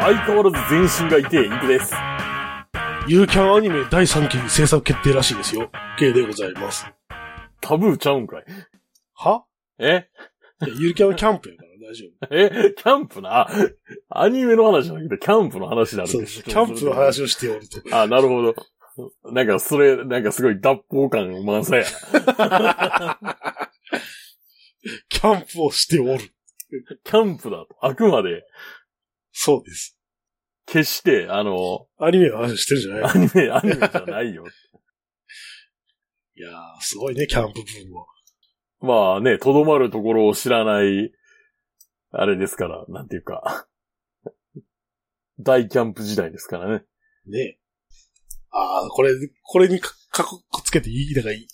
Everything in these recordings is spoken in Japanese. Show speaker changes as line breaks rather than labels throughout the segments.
相変わらず全身が痛いインクです。
ゆるキャンアニメ第3期制作決定らしいですよ。系でございます。
タブーちゃうんかい。
は
え
いやゆるキャンはキャンプやから大丈
えキャンプな。アニメの話じゃなくて、キャンプの話にな
夫。
る
そうです。キャンプの。話をしておると。
あ、なるほど。なんか、それ、なんかすごい脱法感満載や。
キャンプをしておる。
キャンプだと。あくまで、
そうです。
決して、あの、
アニメの話をしてるんじゃない
アニメ、アニメじゃないよ。
いやー、すごいね、キャンプブームは。
まあね、とどまるところを知らない、あれですから、なんていうか。大キャンプ時代ですからね。
ねあー、これ、これにか、かっこつけていいだからいい、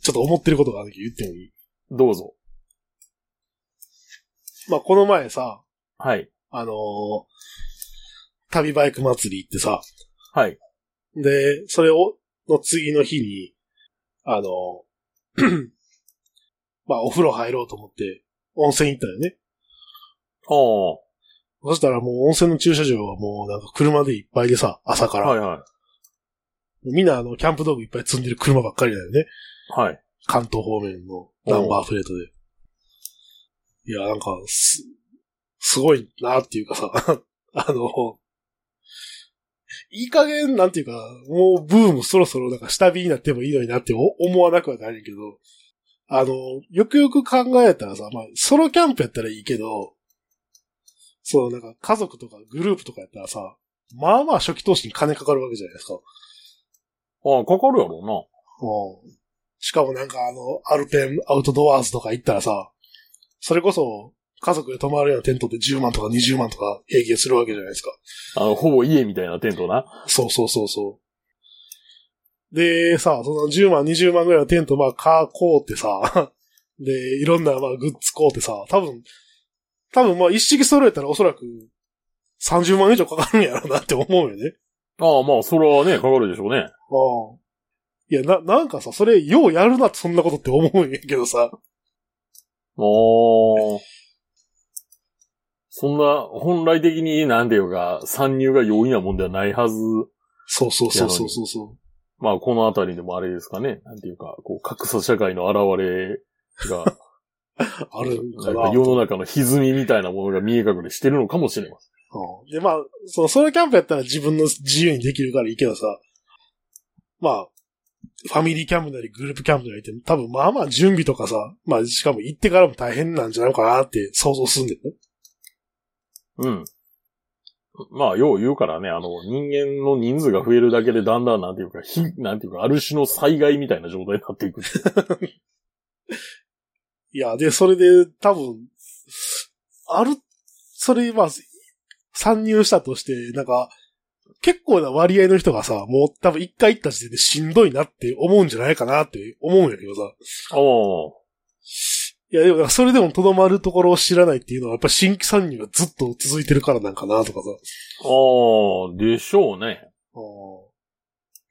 ちょっと思ってることがあるけど言ってもいい
どうぞ。
まあ、この前さ、
はい。
あのー旅バイク祭り行ってさ、
はい。
で、それを、の次の日に、あの、 まあ、お風呂入ろうと思って、温泉行ったよね。
おー。
そしたらもう温泉の駐車場はもうなんか車でいっぱいでさ、朝から。
はいは
みんなあの、キャンプ道具いっぱい積んでる車ばっかりだよね。
い。はい。
関東方面のナンバープレートで。いや、なんか、す、すごいなっていうかさ、 あの、いい加減、なんていうか、もうブームそろそろなんか下火になってもいいのになってお思わなくはないねんけど、あの、よくよく考えたらさ、まあ、ソロキャンプやったらいいけど、そう、なんか家族とかグループとかやったらさ、まあまあ初期投資に金かかるわけじゃないですか。
ああ、かかるやろ
うん。しかもなんかあの、アルペンアウトドアーズとか行ったらさ、それこそ、家族で泊まるようなテントで10万とか20万とか平均するわけじゃないですか。
うな。あの、ほぼ家みたいなテントな。
そうそうそうそう。で、さ、その10万、20万ぐらいのテント、まあ、カーこうってさ、 で、いろんな、まあ、グッズこうってさ、多分、多分、まあ、一式揃えたらおそらく30万以上かかるんやろうなって思うよね。
ああ、まあ、それはね、かかるでしょうね。
ああ。いや、な、なんかさ、それ、ようやるな、そんなことって思うんやけどさ。
ああ。そんな、本来的になんていうか、参入が容易なもんではないはず。
そうそうそうそうそうそ
まあ、このあたりでもあれですかね。なんていうか、こう、格差社会の現れが、
う。あるん
な
か
ん
な
か。世の中の歪みみたいなものが見え隠れしてるのかもしれません。
うんで、まあ、そのソロキャンプやったら自分の自由にできるからいいけどさ、まあ、ファミリーキャンプなりグループキャンプなりって、多分まあまあ準備とかさ、まあしかも行ってからも大変なんじゃないのかなって想像するんだよね。
うん。まあ、よう言うからね、あの、人間の人数が増えるだけで、だんだん、なんていうか、ひ、なんていうか、ある種の災害みたいな状態になっていく。
いや、で、それで多分、ある、それ、まあ、参入したとして、なんか、結構な割合の人がさ、もう多分一回行った時点でしんどいなって思うんじゃないかなって思うんやけどさ。
おー
いや、でもなんかそれでもとどまるところを知らないっていうのは、やっぱ新規参入がずっと続いてるからなんかなとかさ。
ああ、でしょうね。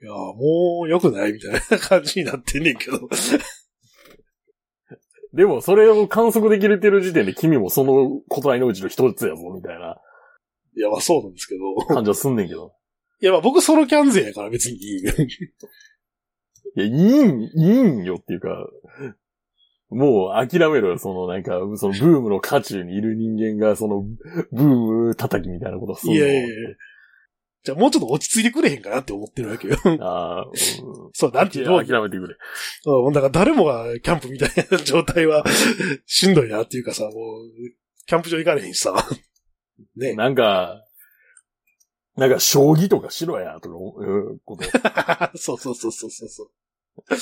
いや、もう良くないみたいな感じになってんねんけど。
でも、それを観測できれてる時点で、君もその個体のうちの一つやぞ、みたいない
や、まあそうなんですけど。
感じはすんねんけど。
いや、まあ僕ソロキャン勢やから別にいい ね。
いや、いいん、いいんよっていうか、もう諦めろよ、そのなんか、そのブームの渦中にいる人間が、その、ブーム叩きみたいなことする
い
の。
やいやいや。じゃあもうちょっと落ち着いてくれへんかなって思ってるわけよ。
ああ、うん
そう、なんていうの
諦めてくれ。
うん、だから誰もがキャンプみたいな状態は しんどいなっていうかさ、もう、キャンプ場行かれへんしさ。ね
なんか、なんか、将棋とかしろや、とか思う、うんこと。
そうそうそうそうそうそう。っ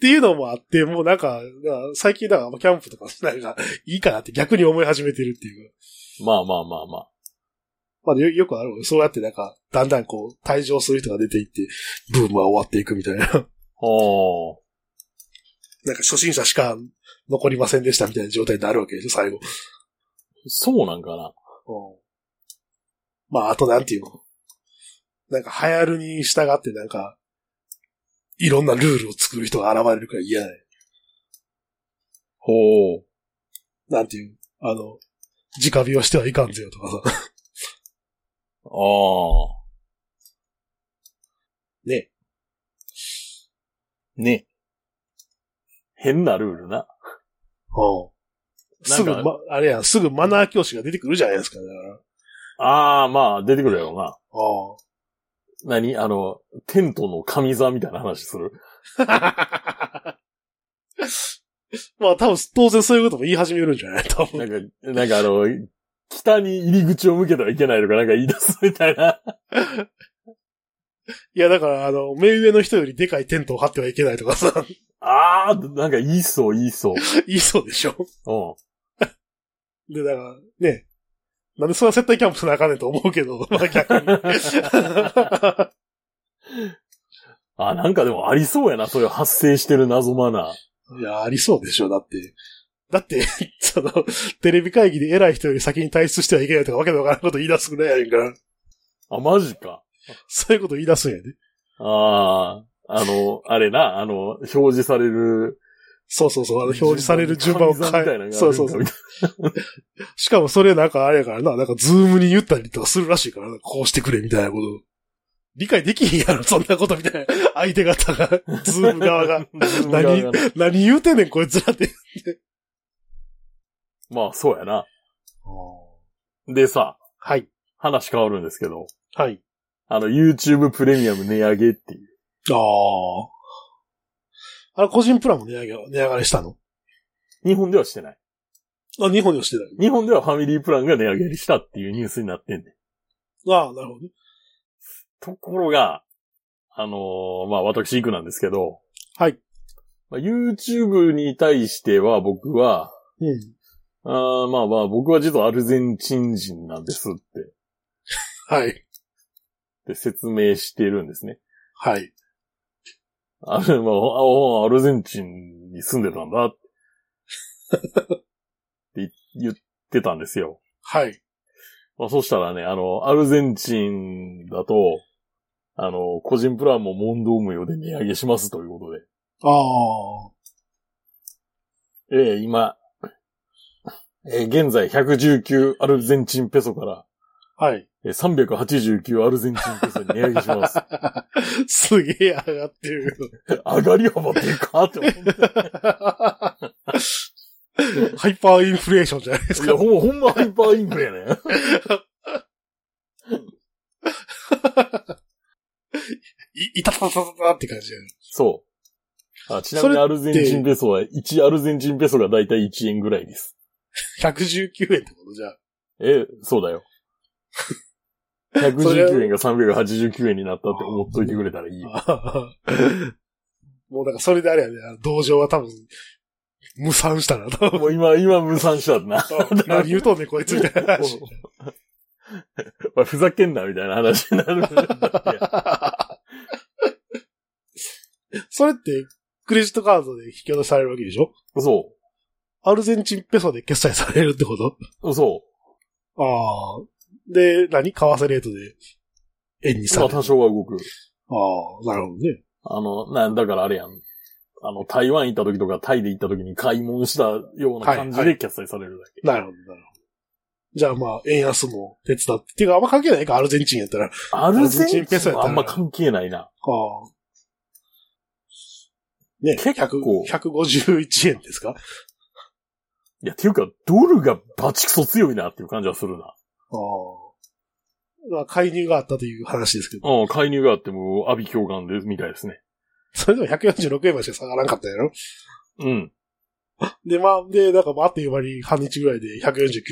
ていうのもあって、もうなんか、だから最近だからキャンプとか、なんか、いいかなって逆に思い始めてるっていう。
まあまあまあまあ。
まあよよくあるそうやってなんか、だんだんこう、退場する人が出ていって、ブームは終わっていくみたいな。 なんか
おー
初心者しか残りませんでしたみたいな状態になるわけでしょ、最後。
そうなんかな。
まあ、あとなんていうの。なんか流行るに従ってなんか、いろんなルールを作る人が現れるから嫌だよ
ほう。
なんていう、あの、直火をしてはいかんぜよとかさ。
ああ。
ね。
ね。変なルールな。
うん。すぐ、
なんか
ま、あれやん、すぐマナー教師が出てくるじゃないですか、ね。
ああ、まあ、出てくるやろうな。
ああ。
何あの、テントの神座みたいな話する。
まあ多分、当然そういうことも言い始めるんじゃない多
な
分。
んか、なんかあの、北に入り口を向けてはいけないとか、なんか言い出すみたいな。
いや、だから、あの、目上の人よりでかいテントを張ってはいけないとかさ、
ああ、なんか言いそう、言いそう。
言いそうでしょ。
うん。
で、だから、ね。なんでそんな接待キャンプしなあかんねんと思うけど、 ま あ逆に。
あ、なんかでもありそうやな、そういう発生してる謎マナー。
いや、ありそうでしょ、だって。だって、その、テレビ会議で偉い人より先に退出してはいけないとかわけのわからんこと言い出すぐらいやねんから。
あ、マジか。
そういうこと言い出すんやで。
ああ、あの、あれな、あの、表示される。
そうそうそう、あの、表示される順番を
神
変
座みたいなのがあるん
え、
か
そうそうそう。しかもそれなんかあれやからな、なんかズームに言ったりとかするらしいからな、こうしてくれみたいなこと。理解できへんやろ、そんなことみたいな。 相手方が、ズーム側 が。何何言うてんねん、こいつらって。
まあ、そうやな。でさ、
はい。
話変わるんですけど、
はい。
あの、YouTube プレミアム値上げっていう。
ああ。あれ、個人プランも値上げ、値上がりしたの
日本ではしてない。
あ、日本にはしてない。
日本ではファミリープランが値上げしたっていうニュースになってんねん。
ああ、なるほどね。
ところが、あのーまあ、私行くなんですけど、
はい。
まあ、YouTube に対しては僕は、
うん。
あーまあまあ、僕は実はアルゼンチン人なんですって、
はい。
で説明してるんですね。
はい。
あの、まあ、ああアルゼンチンに住んでたんだってって言ってたんですよ。
はい。
まあ、そしたらね、あの、アルゼンチンだと、あの、個人プランも問答無用で値上げしますということ
ああ。
で。ええ今、えー現在119アルゼンチンペソから、
はい。
えー389アルゼンチンペソに値上げします。
すげえ上がってる。
上がり幅でかって思って。
ハ イパーインフレーションじゃないです
い
か
や、。ほんま、ほんまハイパーインフレやね。
い、いたたたたたって感じだよね
そう。あちなみに
それって
アルゼンチンペソは、1アルゼンチンペソがだいたい1円ぐらいです。
119円ってことじゃあ。
え、そうだよ。119円が389円になったって思っといてくれたらいいよ。
もうなんかそれであれやね、同情は多分、無産したな、多 分。
もう今、今無産したんな。
何言うとんねん、こいつみたいな話。
お前ふざけんな、みたいな話にな る。
それって、クレジットカードで引き落とされるわけでしょ
そ
アルゼンチンペソで決済されるってこと
う。そ
ああ。で、何為替レートで円に
う。
さ
ま
れ
あ
る。
多少は動く。
ああ、なるほどね。
あの、なんだからあれやん。あの、台湾行った時とか、タイで行った時に買い物したような感じ
はいは
で決済されるだけ。
なるほど、なるほど。じゃあまあ、円安も手伝って。ていうか、あんま関係ないか、アルゼンチンやったら。あ
アルゼン
アルゼンチンペ
チ
ソ
ン
やっ
は
た
あ
ら
んま関係ないな。
あ。ね、
結構
100 151円ですか
いや、っていうか、ドルがバチクソ強いなっていう感じはするな。
ああ。まあ、介入があったという話ですけど。
うん、介入があっても、阿ビ教官で、みたいですね。
それでも146円までしか下がらんかったやろ
うん。
で、まあ、で、なんかまあ、あっという間に半日ぐらいで149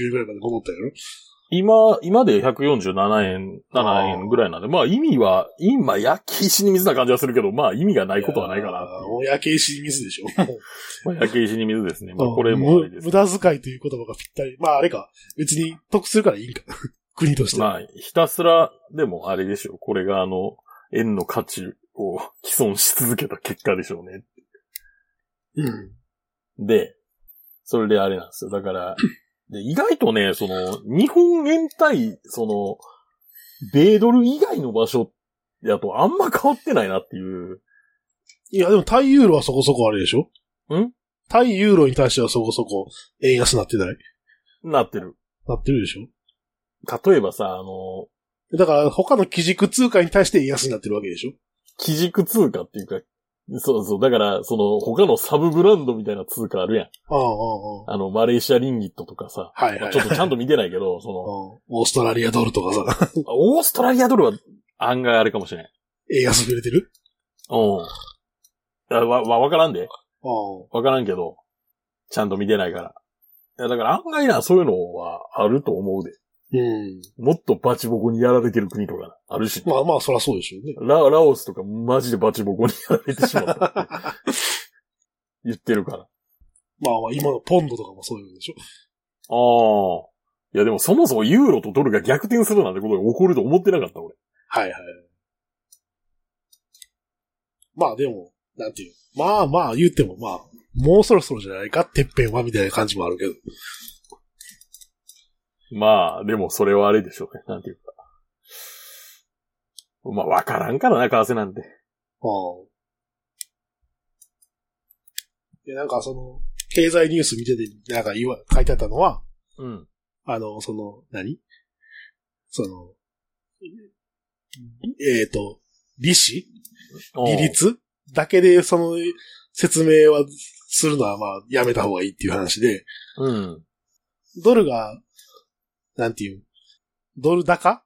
円ぐらいまで戻ったやろ
今、今で147円、7
あ
円
ー
ぐらいなんで、まあ意味は、今、焼き石に水な感じはするけど、まあ意味がないことはないかなって
やー
いう
もう焼け石に水でしょ。もう
まあ焼き石に水ですね。 まあ
うん
これもあれです
無無。駄遣いという言葉がぴったり。まあ、あれか。別に得するからいいんか。 国として。
まあ、ひたすら、でもあれでしょう。これがあの、円の価値を毀損し続けた結果でしょうね。
うん。
で、それであれなんですよ。だから、で意外とね、その、日本円対、その、米ドル以外の場所やとあんま変わってないなっていう。
いや、でも、対ユーロはそこそこあれでしょ
ん
対ユーロに対してはそこそこ、円安なってない
なってる。
なってるでしょ
例えばさ、あの、
だから他の基軸通貨に対して円安になってるわけでしょ
基軸通貨っていうか、そうそう。だから、その、他のサブブランドみたいな通貨あるやん。
ああ、ああ、
あの、マレーシアリンギットとかさ。
ああ。はいはい。
ちょっと
うん
ちゃんと見てないけど、その、
オーストラリアドルとかさ、
オーストラリアドルは案外あれかもしれん。
円安触れてる
うん。あわ、わ、わからんで。
ああ。
わからんけど、ちゃんと見てないから。いや、だから案外な、そういうのはあると思うで。
うん。
もっとバチボコにやられてる国とかなある し。
まあまあ、そらそうでしょうね。
ラ、ラオスとかマジでバチボコにやられてしまったって 言ってるから。あ
まあまあ、今のポンドとかもそういうのでし
あ。
ょ。
いやでもそもそもユーロとドルが逆転するなんてことが起こると思ってなかった俺。
はいはい。まあでも、なんていう。まあまあ言ってもまあ、もうそろそろじゃないか、てっぺんはみたいな感じもあるけど。
まあ、でもそれはあれでしょうね。なんていうか。まあわからんからな、為替なんて。
ああ。で、なんかその、経済ニュース見てて、なんか言わ、書いてあったのは、
うん。
あの、その、何その、えっ、と、利子利率だけで、その、説明は、するのは、まあ、やめた方がいいっていう話で、
うん。
ドルが、なんていう、ドル高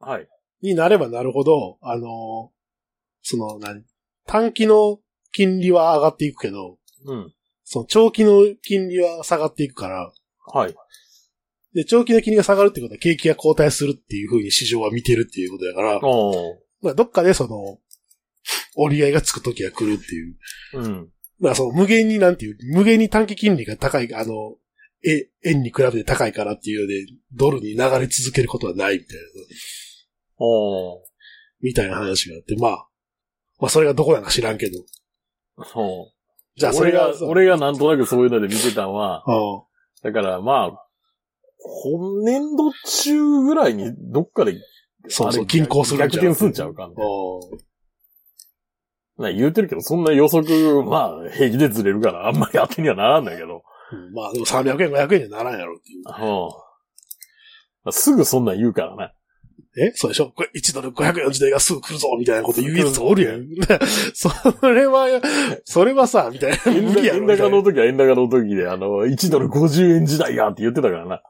はい。
になればなるほど、あの、その、何短期の金利は上がっていくけど、
うん。
その長期の金利は下がっていくから、
はい。
で、長期の金利が下がるってことは景気が後退するっていう風に市場は見てるっていうことだから、
お
まあ、どっかでその、折り合いがつく時が来るっていう。
うん。
まあその無限になんていう、無限に短期金利が高い、あの、え、円に比べて高いからっていうので、ドルに流れ続けることはないみたいな、
おお
みたいな話があって、まあ、まあそれがどこなんか知らんけど。じゃあそ
俺
れが
が、、俺がなんとなくそういうので見てたんは、
うん
だからまあ、今年度中ぐらいにどっかで、
そうそ
あれ
う、均衡する
逆転すんちゃうかみたい
うん
な。な言うてるけど、そんな予測、まあ、平気でずれるから、あんまり当てにはならんだけど。
うんまあでも300円、500円にはならんやろっていう。
うんまあすぐそんなん言うからな。
えそうでしょこれ ?1 ドル500円の時代がすぐ来るぞみたいなこと言うやつおるやん。 それは、それはさ、みたい な。
円
無
高
理やろ
円
みた
高
いな。
の時は円高の時で、あの、1ドル50円時代やって言ってたからな。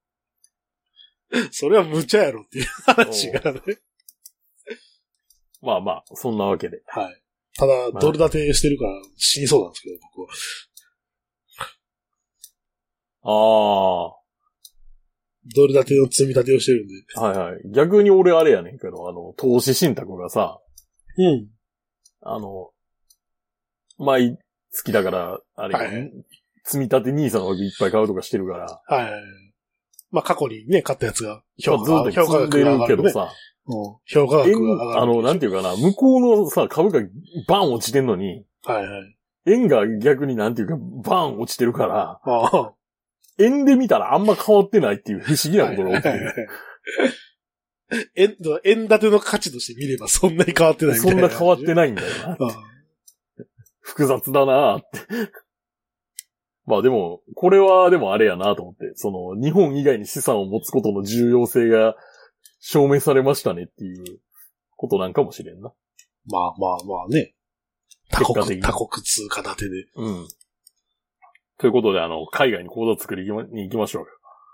ああそれは無茶やろっていう話がね。
まあまあ、そんなわけで。
はい。ただ、
まあ
ドル建てしてるから死にそうなんですけど、僕は。
ああ、は
ドル建ての積み立てをしてるんで。
いはい。逆に俺あれやねんけど、あの、投資信託がさ、
うん。
あの、毎月だから、あれ、
はい
積み立て兄さんのわけいっぱい買うとかしてるから、
はい。まあ、過去にね、買ったやつが、評
ず
価
っと
が、評価
積んで
額が上
る
が
け
る、
ど
ね。
さ、
うん評価額が上が
円、
る。
あの、なんていうかな、向こうのさ、株がバン落ちてんのに、
はいはい。
円が逆になんていうか、バン落ちてるから、
ああ。
円で見たらあんま変わってないっていう不思議なことが起きてる。
円、円建ての価値として見ればそんなに変わってないみた
そ
い
んな
な。
変わって
い。
ないんだよな。複雑だなって。 まあでも、これはでもあれやなと思って、その、日本以外に資産を持つことの重要性が証明されましたねっていうことなんかもしれんな。
まあまあまあね。他
結果的
国、
に
他国通貨建てで。
うん。ということで、あの、海外に口座作りに行きまに行きましょうよ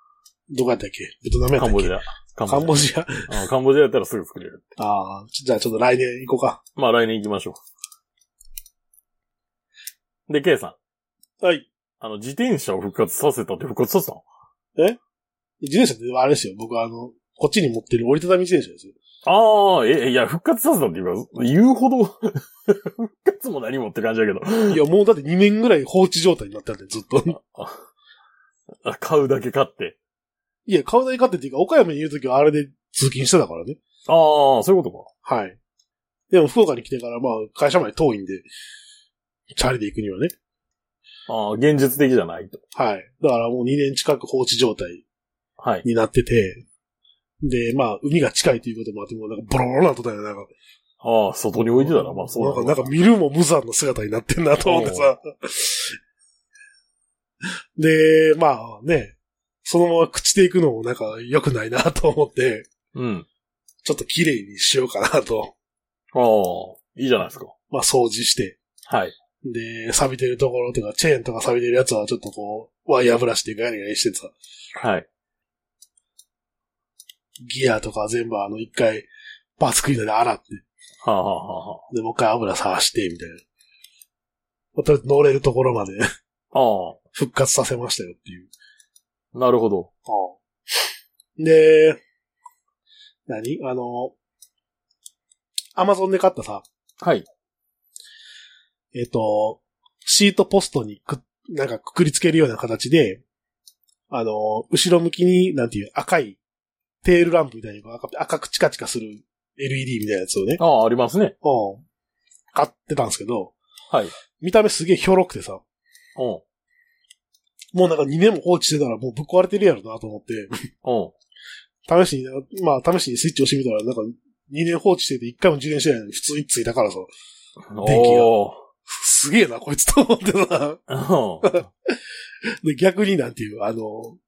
どこやったっけベトナムやっ
カ
たっ
ン
け
ボジア。カ
カンボ
ジ
ジア。
ア。うんカンボジアやったらすぐ作れる。
ああ、ちょじゃあちょっと来年行こうか。
まあ来年行きましょう。で、K さん。
はい。
あの、自転車を復活させたって復活させたの
自転車ってあれですよ。僕はあの、こっちに持ってる折りたたみ自転車ですよ。
ああ、え、いや、復活させたっていうか、言うほど、 復活も何もって感じだけど、
いや、もうだって2年ぐらい放置状態になってたんで、ずっと。
あ買うだけ買って。
いや、顔代買ってっていうか、岡山にいるときはあれで通勤してたからね。
ああ、そういうこと
はい。でも、福岡に来てから、まあ、会社まで遠いんで、チャリで行くにはね。
か。ああ、現実的じゃないと。
はい。だからもう2年近く放置状態
はい。
になってて、で、まあ、海が近いということもあって、もうなんかボロボロなとったよ、なんか。
ああ、外に置いてたら、まあそう
な
だ
ん
ろ
か、
う
なんか見るも無残な姿になってんなと思ってさ。で、まあね、そのまま朽ちていくのもなんか良くないなと思って、
うん。
ちょっと綺麗にしようかなと。
ああ、いいじゃないですか。
まあ掃除して。
はい。
で、錆びてるところとか、チェーンとか錆びてるやつはちょっとこう、ワイヤーブラシでガリガリしてさ、
はい。
ギアとか全部あの一回、パーツクリーナーで洗って、
はあ、はあはあは
で、もう一回油探して、みたいな。また乗れるところまで
あ、あ
復活させましたよっていう。
あ、なるほど。
で、何あの、アマゾンで買ったさ、
はい。
えっ、と、シートポストにく、なんかくくりつけるような形で、あの、後ろ向きに、なんていう、赤い、テールランプみたいに赤赤くチカチカする LED みたいなやつをね、
ああ、ありますね。
うん買ってたんですけど、
はい。
見た目すげえひょろくてさ、
うん。
もうなんか2年も放置してたらもうぶっ壊れてるやろなと思って、
うん。
試しにな、まあ試しにスイッチ押してみたら、なんか2年放置してて1回も充電してないのに普通についたからさ、電気がすげえな、こいつと思ってさ、
おー
で逆になんていう、あの、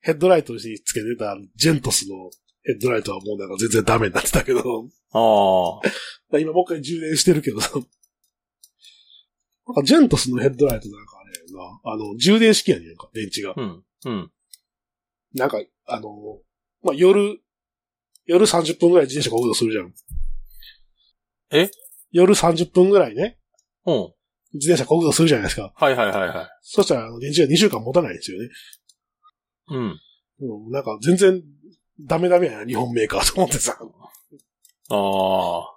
ヘッドライトにつけてたジェントスのヘッドライトはもうなんか全然ダメになってたけど、
うん。ああ。
今もう一回充電してるけどさ、なんかジェントスのヘッドライトなんかあれやな、あの、充電式やねんか、電池が。
うん。うん。
なんか、あの、まあ、夜、夜30分ぐらい自転車こぐとするじゃん。
え
夜30分ぐらいね、
うん。
自転車こぐとするじゃないですか。
はいはいはいはい。
そしたら、あの電池が2週間持たないんですよね。
うん。
うん、なんか全然、ダメダメやな、日本メーカーと思ってさ。
ああ。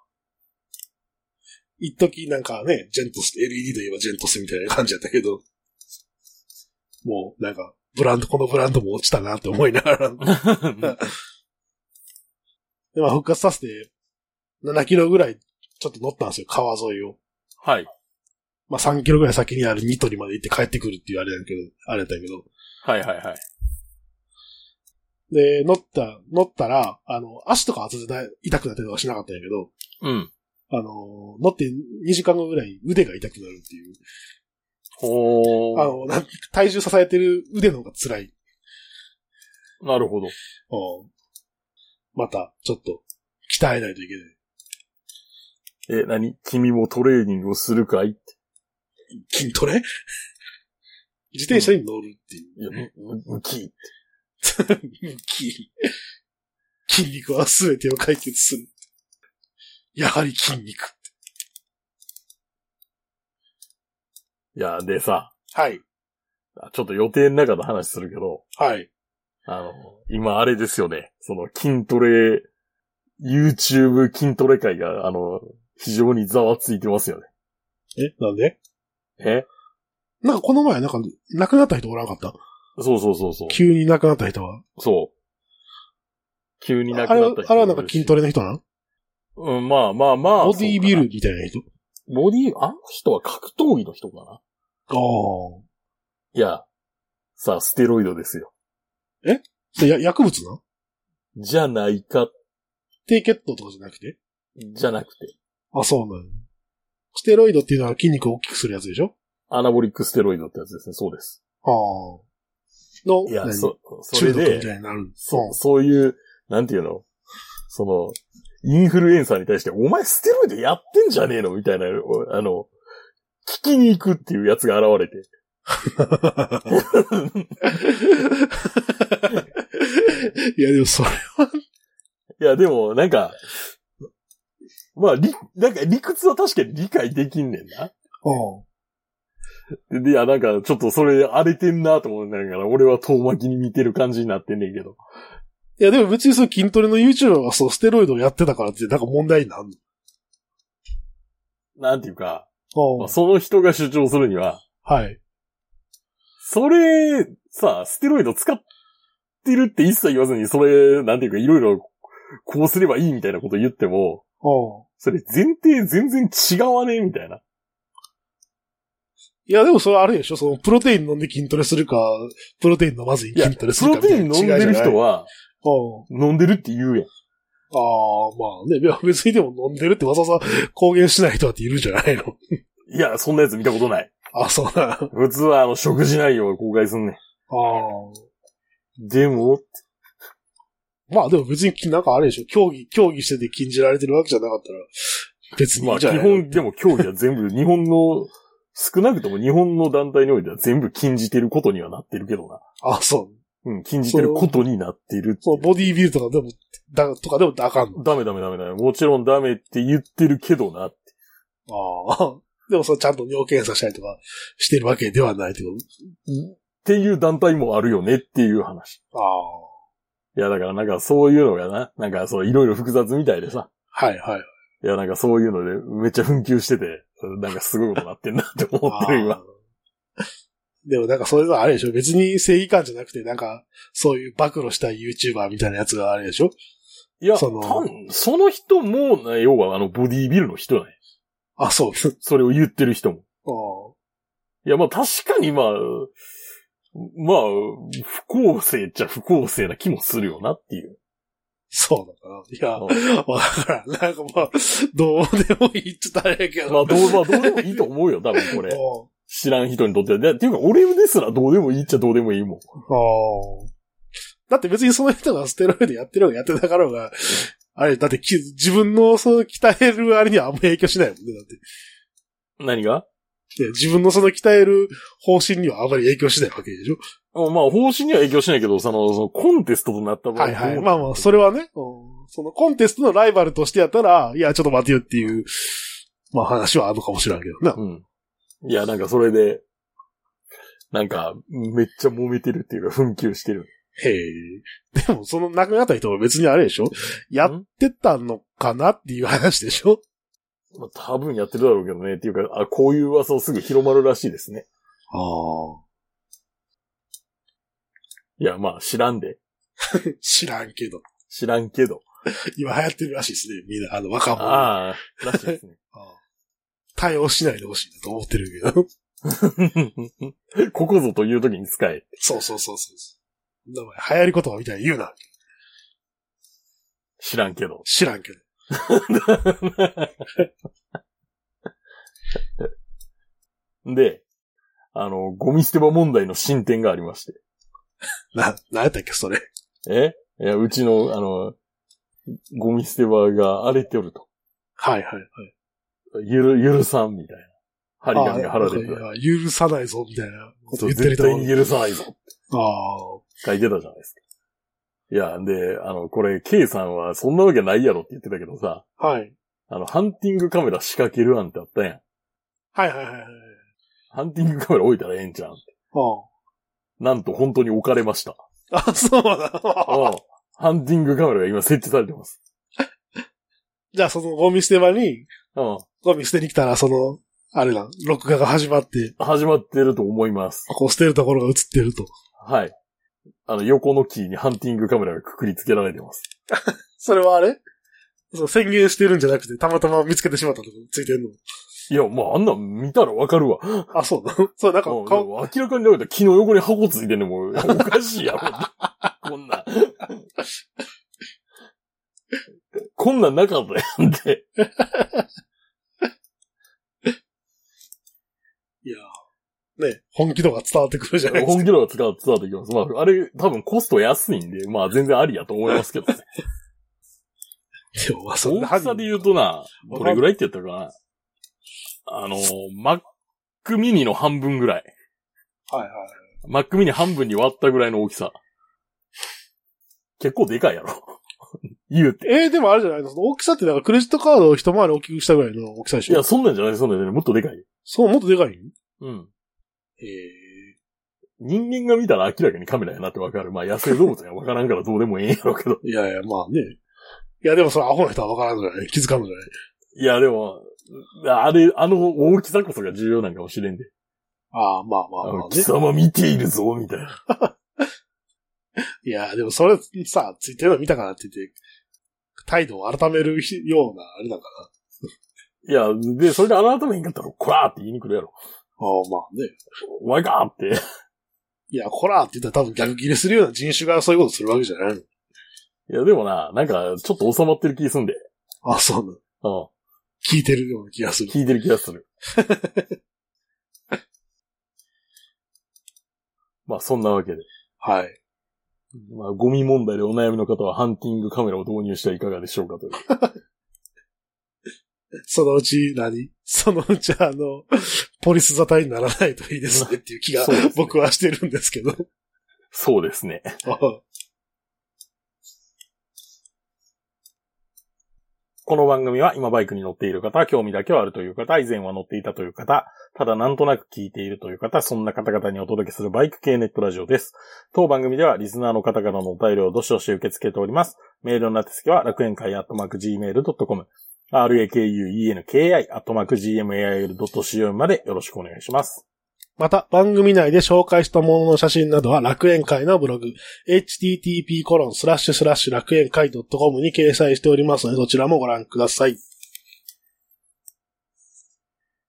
一時なんかね、ジェントス、LED といえばジェントスみたいな感じやったけど、もうなんか、ブランド、このブランドも落ちたなって思いながら、 で、まあ復活させて、7キロぐらいちょっと乗ったんですよ、川沿いを。
はい。
まあ3キロぐらい先にあるニトリまで行って帰ってくるっていうあれだけど、あれだけど。
はいはいはい。
で、乗った、乗ったら、あの、足とか当ててな痛くなったりとかしなかったんやけど、
うん。
あの、乗って2時間後ぐらい腕が痛くなるっていう。
ほ
あ
ー。
の、なん体重支えてる腕の方が辛い。
なるほど。
うんまた、ちょっと、鍛えないといけない。
え、何君もトレーニングをするかい
筋トレ 自転車に乗るっていう。
いや、む、む、むき。
筋筋肉は全てを解決する。やはり筋肉。
いや、でさ、
はい。
ちょっと予定の中の話するけど、
はい。
あの、今あれですよね。その筋トレ、YouTube 筋トレ界が、あの、非常にざわついてますよね。
え、なんで
え
なんかこの前、なんか、亡くなった人おらんかった
そうそうそうそう。
急に亡くなった人は。
そう。急になく
あれ
な
は
った、人
あれはなんか筋ト
レ。
レの人なん
うん、まあまあまあ。
ボディービ
そう
ル
か
みたいな人
な。ボディー、あの人は格闘技の人かな
ああ
いや、さあ、ステロイドですよ。。
それや、薬物なん
じゃないか、
低血糖とかじゃなくて
じゃなくて、
あ、そうなの。ステロイドっていうのは筋肉を大きくするやつでしょ
アナボリックステロイドってやつですね。そうです。
ああ。の、
いや、
何
そ、そ
中
れ
毒み
で、
たいになる。
そ、そういう、なんていうのその、インフルエンサーに対して、お前ステロイドやってんじゃねえのみたいな、おあの、聞きに行くっていうやつが現れて。
いや、でもそれ、
いや、でも、なんか、まあ、り、なんか理屈は確かに理解できんねんな。
うん。
で、いや、なんか、ちょっとそれ荒れてんなと思いながら、俺は遠巻きに見てる感じになってんねんけど。
いや、でも別にその筋トレの YouTuber がそう、ステロイドをやってたからって、なんか問題になる
なんていうか、ま
の。
あその人が主張するには、
はい。
それ、さ、ステロイド使ってるって一切言わずに、それ、なんていうか、いろいろ、こうすればいいみたいなこと言っても、
うん。
それ前提全然違わねえみたいな。
いや、でもそれあれでしょその、プロテイン飲んで筋トレするか、プロテイン飲まずに
いや、
筋
プ
トレする
ロ
かみ
テ
た
イ
い
ン
な
飲んでる人
は。
は、
うん。
飲んでるって言うやん。
ああ、まあね。いや別にでも飲んでるってわざわざ公言しない人だっているんじゃないの
いや、そんなやつ見たことない。
あそうな。あ
普通は、あの、食事内容を公開すんねん。
あ。
でも、
まあでも別にき、なんかあれでしょ。競技、競技してて禁じられてるわけじゃなかったら、別にい
ま
い
あ
んじ
基
ゃないの
本、でも競技は全部、日本の、少なくとも日本の団体においては全部禁じてることにはなってるけどな。
あ、そう。
うん、禁じてることになってるって
そ、
いう
ボディービルとかでも、だ、とかでもあかんの。
ダメダメダメダメ。もちろんダメって言ってるけどなって。
ああ。 でもそう、ちゃんと尿検査したりとかしてるわけではないってこ
っていう団体もあるよねっていう話。
とあ
いや、だからなんかそういうのがな、なんかそういろいろ複雑みたいでさ。
あ。はいはい。
いや、なんかそういうのでめっちゃ紛糾してて、なんかすごいことなってんなって思ってる
あ
今。
あでもなんかそれはあれでしょ別に正義感じゃなくて、なんか、そういう暴露した YouTuber みたいなやつがあれでしょ
いや、
そ
そ
の
のその人もな、要はあのボディービルの人ね。
あ、そう。
それを言ってる人も。
あ
いや、まあ確かにまあ、まあ、不公正っちゃ不公正な気もするよなって いう。
そうだ
まあ、
な。いや、わからん。なんかまあ、どうでもいいって言ったらあれやけ
ま
ど。
あどう、まあどうでもいいと思うよ、多分これ。知らん人にとっては。でっていうか、俺ですらどうでもいいっちゃどうでもいいもん。
ああ。だって別にその人がステロイドやってるのがやってなかろうが、あれ、だってき自分のその鍛えるあれにはあんま影響しないもんね、だって。
何が
で自分のその鍛える方針にはあまり影響しないわけでしょ
まあ、方針には影響しないけど、その、そのコンテストとなった場合。
はいはい。
どう
まあまあ、それはね、うんそのコンテストのライバルとしてやったら、いや、ちょっと待てよっていう、まあ話はあるのかもしれんけどな。
うん。いや、なんかそれで、なんか、めっちゃ揉めてるっていうか、紛糾してる。
へえ。でも、その亡くなった人は別にあれでしょや
ん
ってたのかなっていう話でしょ
まあ、多分やってるだろうけどね。っていうか、あ、こういう噂をすぐ広まるらしいですね。
ああ。
いや、まあ、知らんで。
知らんけど。
知らんけど。
今流行ってるらしいですね。みんな、あの、若者。
ああ、らしいですね。
対応しないでほしいなと思ってるけど。
ここぞという時に使え。
そうそうそうそう。名前流行り言葉みたいに言うな。
知らんけど。
知らんけど。
で、あの、ゴミ捨て場問題の進展がありまして。
な、なんやったっけ、それ。
えいや、うちの、あの、ゴミ捨て場が荒れておると。
はいはいはい。
ゆる、ゆるさんみたいな。張り紙が貼られてた。
あいや許さないぞ、みたいなこと
そう
言ってる
絶
と
対
思う
に許さないぞ。
ああ。
書いてたじゃないですか。いや、で、あの、これ、K さんはそんなわけないやろって言ってたけどさ、
はい。
あの、ハンティングカメラ仕掛ける案ってあったやん。
はいはいはいはい。
ハンティングカメラ置いたらええんちゃうん。なんと本当に置かれました。
ああ、そうだ。
うんハンティングカメラが今設置されてます。
じゃあそのゴミ捨て場に、
うん。
ゴミ捨てに来たらその、あれだ、録画が始まって、
始まってると思います。
こう捨てるところが映ってると。
はい。あの、横のキーにハンティングカメラがくくりつけられてます。
それはあれそう宣言してるんじゃなくて、たまたま見つけてしまったとこついてんの。
いや、まあ、あんなん見たらわかるわ。
あ、そうだ。そう、なんか
うん
顔、
明らかにだけど、木の横に箱ついてんのも、おかしい やろ。こんなん。こんなんなかったやんって。
いやーね、本気度が伝わってくるじゃないです
本
か。
気度が使う伝わってきます。まあ、あれ、多分コスト安いんで、まあ、全然ありやと思いますけどね。
でもまあ、 そんな
大きさで言うとな、どれぐらいって言ったかな。あの、Mac mini の半分ぐらい。
はいはい。
Mac mini 半分に割ったぐらいの大きさ。結構でかいやろ。 言うて。
えー、でもあれじゃないのその大きさってなんかクレジットカードを一回り大きくしたぐらいの大きさで
い
しょ
や、そんなんじゃない、そんなんじゃない。もっとでかい。
そう、もっとでかい
うん。
え
人間が見たら明らかにカメラやなってわかる。まあ野生動物がわからんからどうでもええんやろうけど。
えいやいや、まあね。いや、でもそれアホな人はわからんのじゃない気づかんのじゃない
いや、でも、あれ、あの大きさこそが重要なんかもしれんで。
ああ、まあま
あ
あまあ
の
ね
貴。様見ているぞ、みたいな。
いや、でもそれさ、ツイッターの見たからって言って、態度を改めるひような、あれだか
い
ら。
や、で、それで改めへんかったら、こらーって言いに来るやろ。
ああ、まあね。
お前かーって。
いや、こらって言ったら多分逆切れするような人種がそういうことするわけじゃないの。
いや、でもな、なんか、ちょっと収まってる気すんで。
あそうなの。
うん。
聞いてるような気がする。
聞いてる気がす る。まあ、そんなわけで。
はい。
まあ、ゴミ問題でお悩みの方はハンティングカメラを導入してはいかがでしょうかという。
そのうち何、そのうちあの、ポリス沙汰にならないといいですねっていう気が
そうですね
僕はしてるんですけど。
そうですね。この番組は今バイクに乗っている方、興味だけはあるという方、以前は乗っていたという方、ただなんとなく聞いているという方、そんな方々にお届けするバイク系ネットラジオです。当番組ではリスナーの方からのお便りをどしどし受け付けております。メールの宛先は楽園会アットマーク Gmail.com、rakuenki アットマーク Gmail.com までよろしくお願いします。
また、番組内で紹介したものの写真などは楽園会のブログ、http コロンスラッシュスラッシュ楽園会 .com に掲載しておりますので、そちらもご覧ください。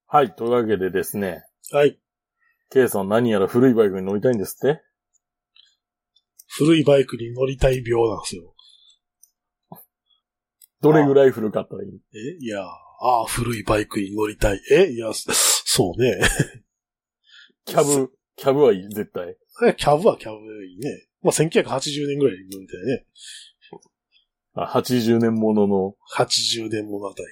はい、というわけでですね、
はい。
K さん何やら古いバイクに乗りたいんですって
古いバイクに乗りたい病なんですよ。
どれぐらい古かったらいい
えいやー、ああ、古いバイクに乗りたい。えいや、そそうね。
キャブ、キャブはいい、絶対。
キャブはキャブいいね。まあ、1980年ぐらいに乗りたいね。
あ80年ものの
80年物あたり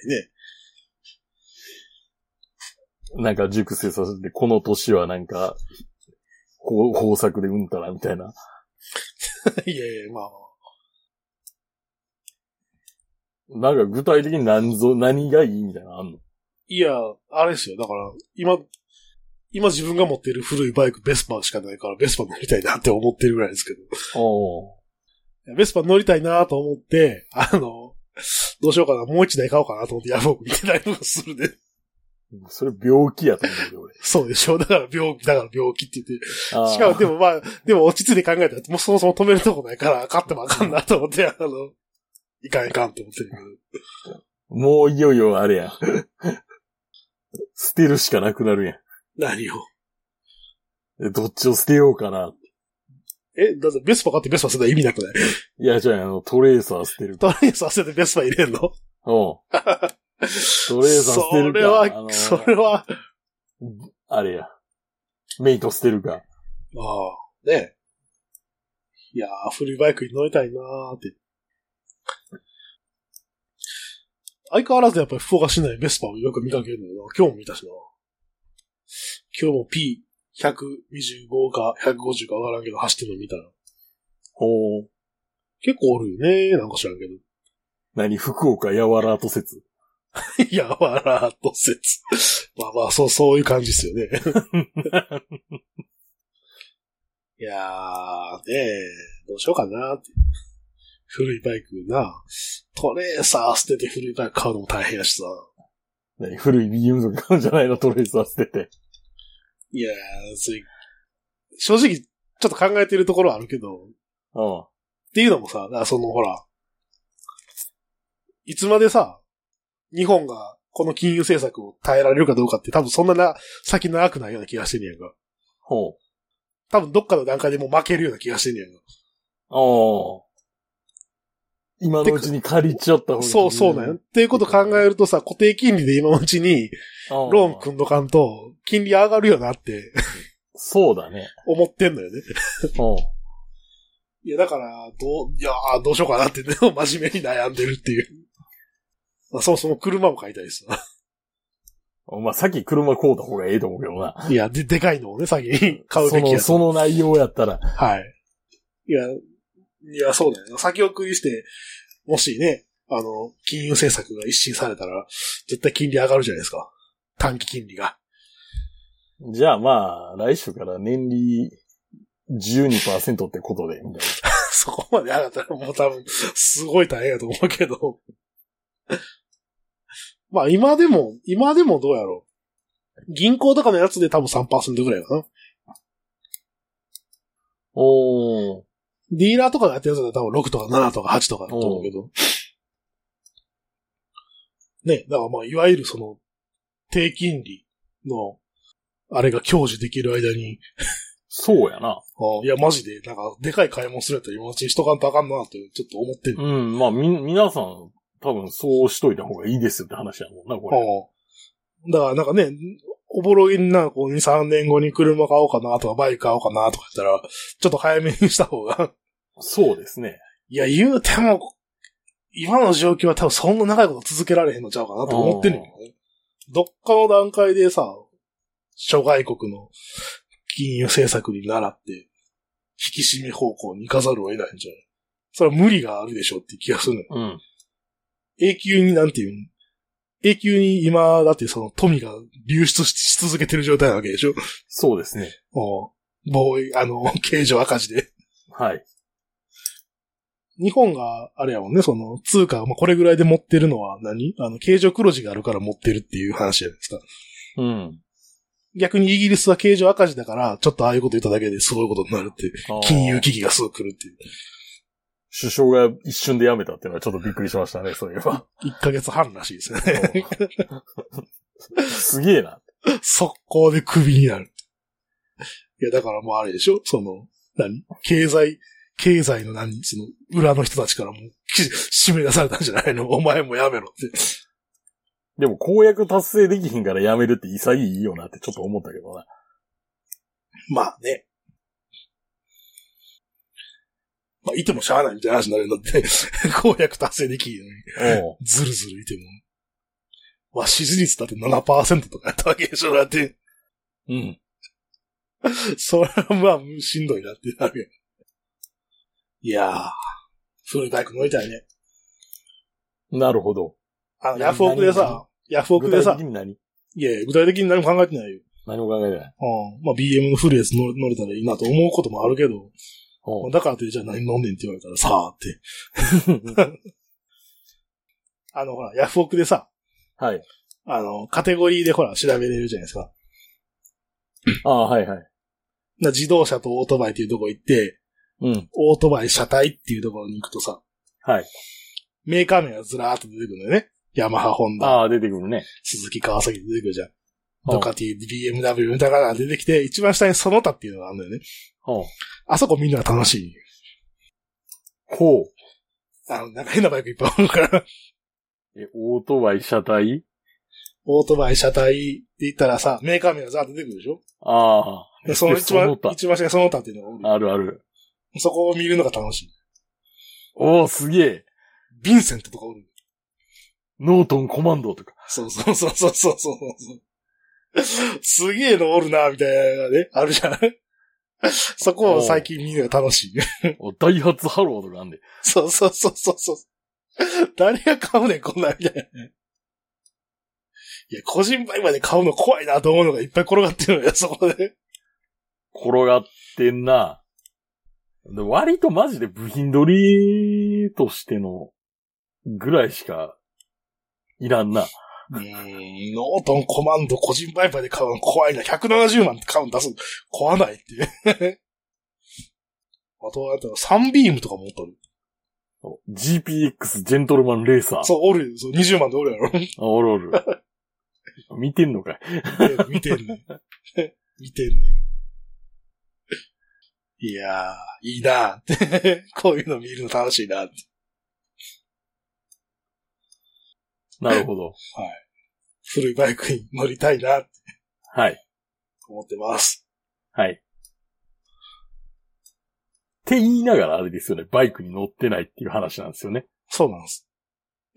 ね。
なんか熟成させて、この年はなんか、こう、豊作でうんたらみたいな。
いやいや、まあまあ、
なんか具体的に何ぞ、何がいいみたいなのあんの
いや、あれですよ。だから、今、今自分が持ってる古いバイク、ベスパしかないから、ベスパ乗りたいなって思ってるぐらいですけ
お
ど。ベスパ乗りたいなと思って、あの、どうしようかな、もう一台買おうかなと思ってヤフオク見てたりとかするで。
それ病気やと思うけど、俺。
そうでしょ。だから病気、だから病気って言って。
あー
しかもでもまあ、でも落ち着いて考えたら、もうそもそも止めるとこないから、買ってもあかんなと思って、あの、いかんいかんと思ってるけど。
もういよいよあれやん。 捨てるしかなくなるや
何を。
ん。えどっちを捨てようかな。
え、だってベスパ買ってベスパするのは意味なくない
いや、じゃあ、あの、トレーサー捨てる。
トレース忘れてベスパ入れんの
おうト レーサー捨てるか。
それは、
あのー
それは、あ
あれや。メイト捨てるか。
あ、ねいやー、古いバイクに乗りたいなーって。相変わらずやっぱり福岡市内ベスパをよく見かけるのよな。今日も見たしな。今日も P125 か150かわからんけど走ってるの見たら。
おう
結構おるよねー、なんか知らんけど。
何福岡やわらと説。
い や、わらーっと説。まあまあ、そう、そういう感じですよね。いやー、ねえ、どうしようかなって。古いバイクな、トレーサー捨てて古いバイク買うのも大変やしさ。
何古い BM とか買うんじゃないのトレーサー捨てて。
いやー、それ、正直、ちょっと考えてるところはあるけど、っ
うん。
ていうのもさ、だからそのほら、いつまでさ、日本がこの金融政策を耐えられるかどうかって多分そんなな先長くないような気がしてんねやんか。
ほう。
多分どっかの段階でもう負けるような気がしてんねやんか。
ああ。今のうちに借りちゃった方がいい
そう、そうなんよ。っ。ていうことを考えるとさ、固定金利で今のうちに、ローン
くん。
組んどかんと、金利上がるよなって
そうだね。
思ってんのよね。
うん。
いや、だから、どう、いやーどうしようかなって ね、真面目に悩んでるっていう。まあ、そもそも車も買いたいですわ。
お前さっき車買うた方がええと思うけどな。
いや、で、でかいのをね、先に買う
そ
べき
の、
や
そ
と。
の内容やったら。
はい。いや、いや、そうだよな。先送りして、もしね、あの、金融政策が一新されたら、絶対金利上がるじゃないですか。短期金利が。
じゃあまあ、来週から年利12%ってことで、みたい
そこまで上がったらもう多分、すごい大変やと思うけど。 まあ今でも、今でもどうやろう。銀行とかのやつで多分3%ぐらいかな。
な。おー。
ディーラーとかがやってるやつだと多分6とか7とか8とかだと思うけど。ね、だからまあいわゆるその、低金利の、あれが享受できる間に、
そうやな。
あいやマジで、なんかでかい買い物するやったら今のうちにしとかんとあかんなってちょっと思ってる。
うん。まあ、み、皆さん、多分そうしといた方がいいですよって話やもんな、これ。
うん。だからなんかね、おぼろげにな、こう2、3年後に車買おうかなとかバイク買おうかなとか言ったら、ちょっと早めにした方が、
そうですね。
いや、言うても、今の状況は多分そんな長いこと続けられへんのちゃうかなと思ってんねんけどね。どっかの段階でさ、諸外国の金融政策に倣って、引き締め方向に行かざるを得ないんじゃないそれは無理があるでしょうって気がするのよ。
うん。
永久になんていうん永久に今、だってその富が流出しし続けてる状態なわけでしょ
そうですね。
もう、防衛、あの、経常赤字で。
はい。
日本が、あれやもんね、その、通貨、まあ、これぐらいで持ってるのは何あの、経常黒字があるから持ってるっていう話じゃないですか。
うん。
逆にイギリスは経常赤字だから、ちょっとああいうこと言っただけですごいことになるっていう、
あー
金融危機がすぐ来るっていう。
首相が一瞬で辞めたっていうのはちょっとびっくりしましたね、そういえ ば。
1ヶ月半らしいですよね。
すげえな。
速攻でクビになる。いや、だからもうあれでしょその、何経済、経済の何その、裏の人たちからもう、き締め出されたんじゃないの お前もやめろって。
でも公約達成できひんから辞めるって潔いよなってちょっと思ったけどな。
まあね。まあ、いてもしゃあないみたいな話になるんだって、 公約達成できるのに、
おう
ずるずるいても。まあ、支持率だって7%とかやったわけでしょだって、
うん。
それはまあ、しんどいなってなるやん。いやー、古いバイク乗りたいね。
なるほど。
あの、ヤフオクでさ、ヤフオクで
具体
さ
的、に何
いやいや具体的に何も考えてないよ。
何も考えてない。
うん。まあ、BM の古いやつ乗乗れたらいいなと思うこともあるけど、
お う
だからというじゃあ何飲んでんって言われたらさーって。あの、ほら、ヤフオクでさ、
はい。
あの、カテゴリーでほら、調べれるじゃないですか。だか
ああ、はいはい。
ら自動車とオートバイっていうとこ行って、
うん。
オートバイ車体っていうところに行くとさ、
はい。
メーカー名がずらーっと出てくるんだよね。ヤマハ、ホンダ、
ああ、出てくるね。
鈴木、川崎出てくるじゃん。
おう
ドカティ、BMW、みたいなのが出てきて、一番下にその他っていうのがあるんだよね。
おう
あそこみんな楽しい。
こ
あの、なんか変なバイクいっぱいあるから。
う。え、オートバイ車体
オートバイ、車体って言ったらさ、メーカー名がザーッと出てくるでしょ
あ
でその一番
その他、
一番下にその他っていうのが
あ、あるある。
おる。そこを見るのが楽しい。
おお、すげえ。
ヴィンセントとかおる。
ノートンコマンドと か。
そうそうそうそうそうそうそう。すげえのおるな、みたいなのがね、あるじゃん。そこを最近見るのが楽しい。
おダイハツハローとかあんで。
そうそうそうそうそう。誰が買うねん、こんなんみたいなね。いや、個人売買で買うの怖いなと思うのがいっぱい転がってるのよ、そこで。
転がってんな。で割とマジで部品取りとしてのぐらいしかいらんな。
うーん、ノートンコマンド個人売買で買うの怖いな。170万って買うの出す。怖ないって。 あと、あと、サンビームとかもおっとる。
GPX ジェントルマンレーサー。
そう、おるよ。そう、20万でおるやろ。
あ おるおる。 見てんのかい。
見てんねん。 見てんねん。いやー、いいな って。こういうの見るの楽しいなって。
なるほど。
古いバイクに乗りたいなって
はい。
思ってます。
はい。って言いながらあれですよね。バイクに乗ってないっていう話なんですよね。
そうなんです。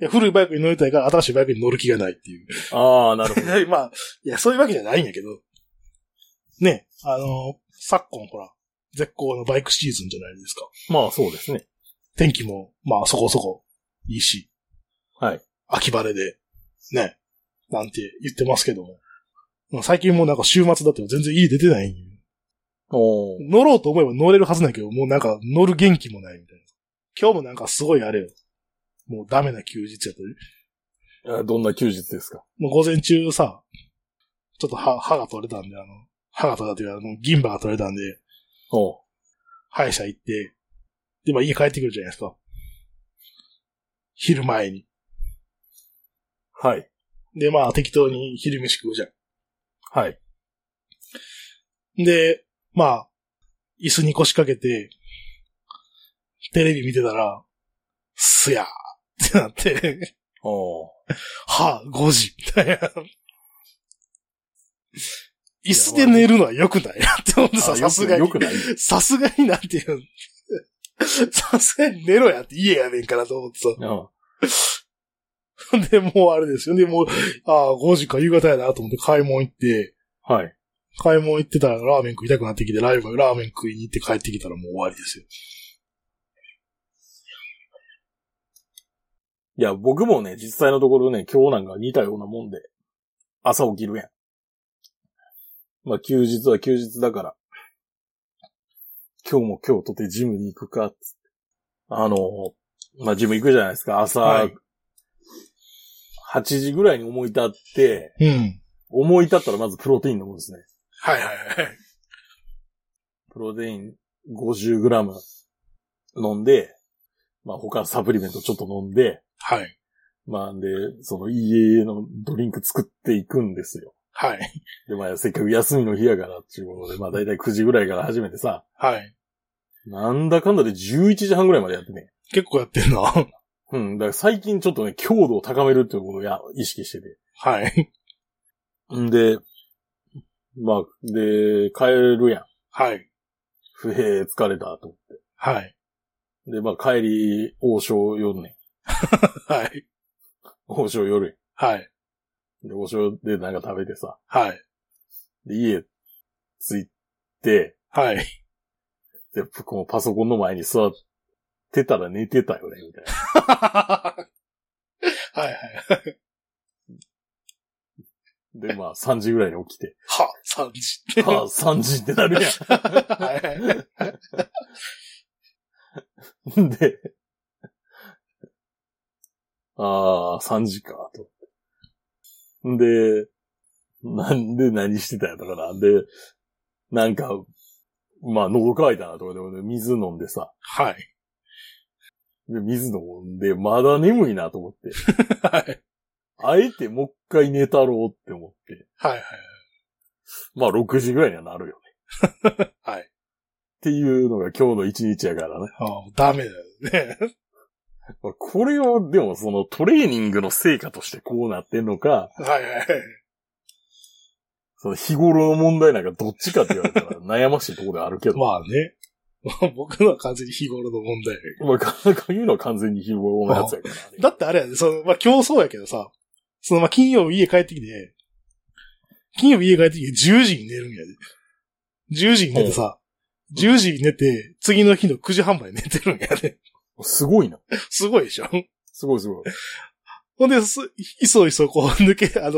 いや、古いバイクに乗りたいから新しいバイクに乗る気がないっていう。
ああ、なるほど。
まあ、いや、そういうわけじゃないんやけど。ね、あのー昨今ほら、絶好のバイクシーズンじゃないですか。
まあそうですね。
天気も、まあそこそこいいし。
はい。
秋晴れで、ね、なんて言ってますけども。まあ最近もうなんか週末だって全然家出てないんよ
おー
乗ろうと思えば乗れるはずなんやけど、もうなんか乗る元気もないみたいな。今日もなんかすごいあれよ。もうダメな休日やったり。
あどんな休日ですか
もう午前中さ、ちょっと歯歯が取れたんで、あの、歯が取れたというか、あの、銀歯が取れたんで、
おう
歯医者行って、で、まあ家帰ってくるじゃないですか。昼前に。
はい。
で、まあ適当に昼飯食うじゃ
はい。
ん。で、まあ、椅子に腰掛けて、テレビ見てたら、すやーってなって、
おう
はあ、5時、みたいな。椅子で寝るのは良くないなって思って
あ
さ、
よ
さ
く
すが
よ
に。
くない。
さすがになんていうの、さすがに寝ろやって家やねんからと思ってさ。
うん。
で、もうあれですよね。もう、ああ、5時か夕方やなと思って買い物行って、
はい。
買い物行ってたらラーメン食いたくなってきて、ライブ、ラーメン食いに行って帰ってきたらもう終わりですよ。
いや、僕もね、実際のところね、今日なんか似たようなもんで、朝起きるやん。まあ、休日は休日だから、今日も今日とてジムに行くかっつって、あの、まあ、ジム行くじゃないですか、朝、
はい
8時ぐらいに思い立って、
うん。
思い立ったらまずプロテイン飲むんですね。
はいはいはい。
プロテイン 50g 飲んで、まあ他サプリメントちょっと飲んで、
はい。
まあで、その家のドリンク作っていくんですよ。
はい。
で、まあせっかく休みの日やからっていうことで、まあ大体9時ぐらいから始めてさ、
はい。
なんだかんだで11時半ぐらいまでやってね。
結構やってるな。は
うん、だから最近ちょっとね、強度を高めるっていうことをや意識してて。
い。
んで、まあ、で、帰るやん。
はい。
不平疲れたと。
はい。
で、まあ帰り、王将夜ね。
はい。
王将夜やん
はい。
で、お醤でなんか食べてさ、
はい。
で、家着いて、
はい。
で、このパソコンの前に座ってたら寝てたよね、みたいな。
はいはい。
で、まあ、3時ぐ らいに起き て、
は、3時。
ああ、3時ってなる
はい。
やん。 で、ああ、3時か、と。で、なんで何してたんやったかな。で、なんか、まあ、喉乾いたなとかで、水飲んでさ、
はい。
で水飲んで、まだ眠いなと思って。
はい。
あえてもう一回寝たろうって思って。
はい。
まあ6時ぐらいにはなるよね。
はい
っていうのが今日の一日やからね。
ああダメだよね。
まあこれを、でもそのトレーニングの成果としてこうなってんのか、
はいはいはい。
その日頃の問題なんかどっちかって言われたら悩ましいところではあるけど。
まあね。 まあ僕のは完全に日頃の問題やけ
まあ、か言うのは完全に日頃のやつやからね。
どだってあれやで、その、まあ競争やけどさ、その、まあ金曜日家帰ってきて、金曜日家帰ってきて10時に寝るんやで。10時に寝てさ、10時に寝て、次の日の9時半まで寝てるんやで。
すごいな。
すごいでしょ
すごいすごい。
ほんで、す、いそいそこう 抜け、あの、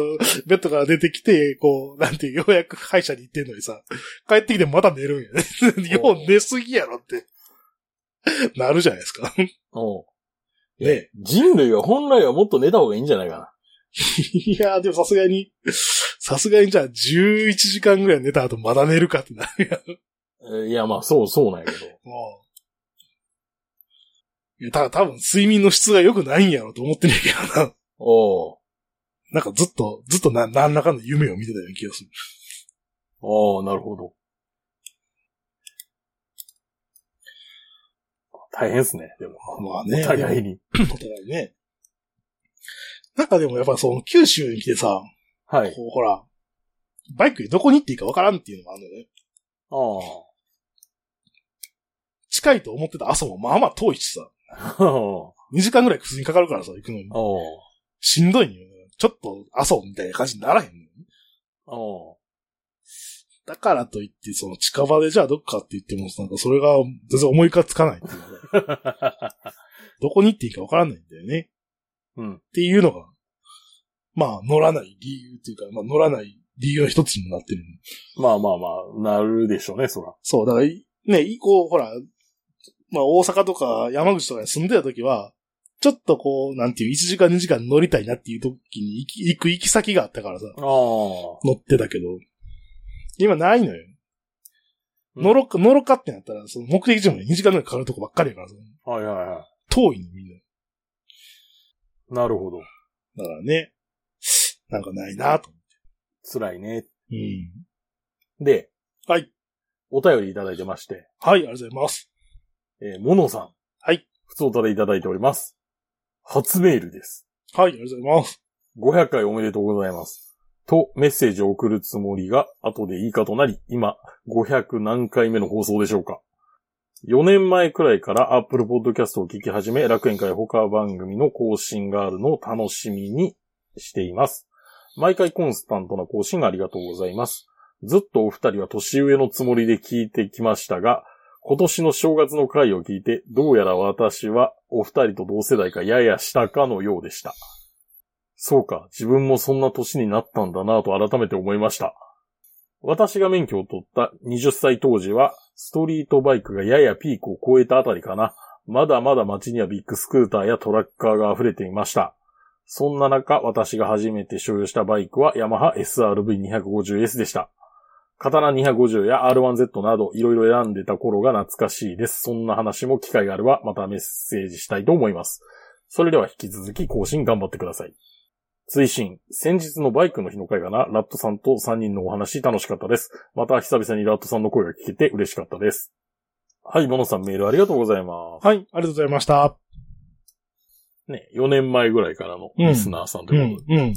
ベッドから出てきて、こう、なんていう、ようやく歯医者に行ってんのにさ、帰ってきてまた寝るんやね。 よう寝すぎやろって。なるじゃないですか。
うん。
ね
人類は本来はもっと寝た方がいいんじゃないか
いやー、でもさすがに、さすがにじゃあ11時間ぐらい寝た後まだ寝るかってなるやん。
な。えいや、まあそうそうなんやけど。
もう。いや、た多分睡眠の質が良くないんやろと思ってねえけどな。
おう
なんかずっと、ずっとな、何らかの夢を見てたような気がする。
ああ、なるほど。大変ですね、でも。
まあね
お互いに。
お互いね。なんかでもやっぱその九州に来てさ、
はい。
こうほら、バイクでどこに行っていいかわからんっていうのがあるのよね。
あ
近いと思ってた朝もまあまあ遠いしさ、
あ。あ
2時間ぐらい普通にかかるからさ、行くのに。
あ。
しんどいんよね。ちょっと朝みたいな感じにならへんのよね。
あ
だからといって、その近場でじゃあどっかって言っても、なんかそれが全然思いつかないっていうのが
あ。
どこに行っていいかわからないんだよね。
うん。
っていうのが、まあ乗らない理由っていうか、まあ乗らない理由の一つにもなってる。
まあまあまあ、なるでしょうね、そら。
そう、だからい、ね、いこう、ほら、まあ、大阪とか山口とかに住んでた時は、ちょっとこう、なんていう、1時間2時間乗りたいなっていう時に行き行く行き先があったからさ、
ああ。
乗ってたけど、今ないのよ。乗ろっか、乗ろっかってなったら、その目的地まで2時間ぐらいかかるとこばっかりやからさ、
はいはいは
遠いのみん
い。なるほど。
な。だからね、なんかないなと。
辛いね。
うん。
で、
はい。
お便りいただいてまして、
はい、ありがとうございます。
えー、モノさん。
はい。
普通おたでいただいております。初メールです。
はい、ありがとうございます。
500回おめでとうございます。と、メッセージを送るつもりが、後でいいかとなり、今、500何回目の放送でしょうか。 4年前くらいから Apple Podcast を聞き始め、楽園会他番組の更新があるのを楽しみにしています。毎回コンスタントな更新ありがとうございます。ずっとお二人は年上のつもりで聞いてきましたが、今年の正月の回を聞いて、どうやら私はお二人と同世代かやや下かのようでした。そうか、自分もそんな年になったんだなぁと改めて思いました。私が免許を取った20歳当時は、ストリートバイクがややピークを超えたあたりかな。まだまだ街にはビッグスクーターやトラッカーが溢れていました。そんな中、私が初めて所有したバイクはヤマハ SRV250S でした。カタラ250や R1Z などいろいろ選んでた頃が懐かしいです。そんな話も機会があればまたメッセージしたいと思います。それでは引き続き更新頑張ってください。追伸。先日のバイクの日の会かな、ラットさんと3人のお話楽しかったです。また久々にラットさんの声が聞けて嬉しかったです。はい、モノさんメールありがとうございます。
はい、ありがとうございました。
ね、4年前ぐらいからのリスナーさんと
う
いうことで。
ん、うん。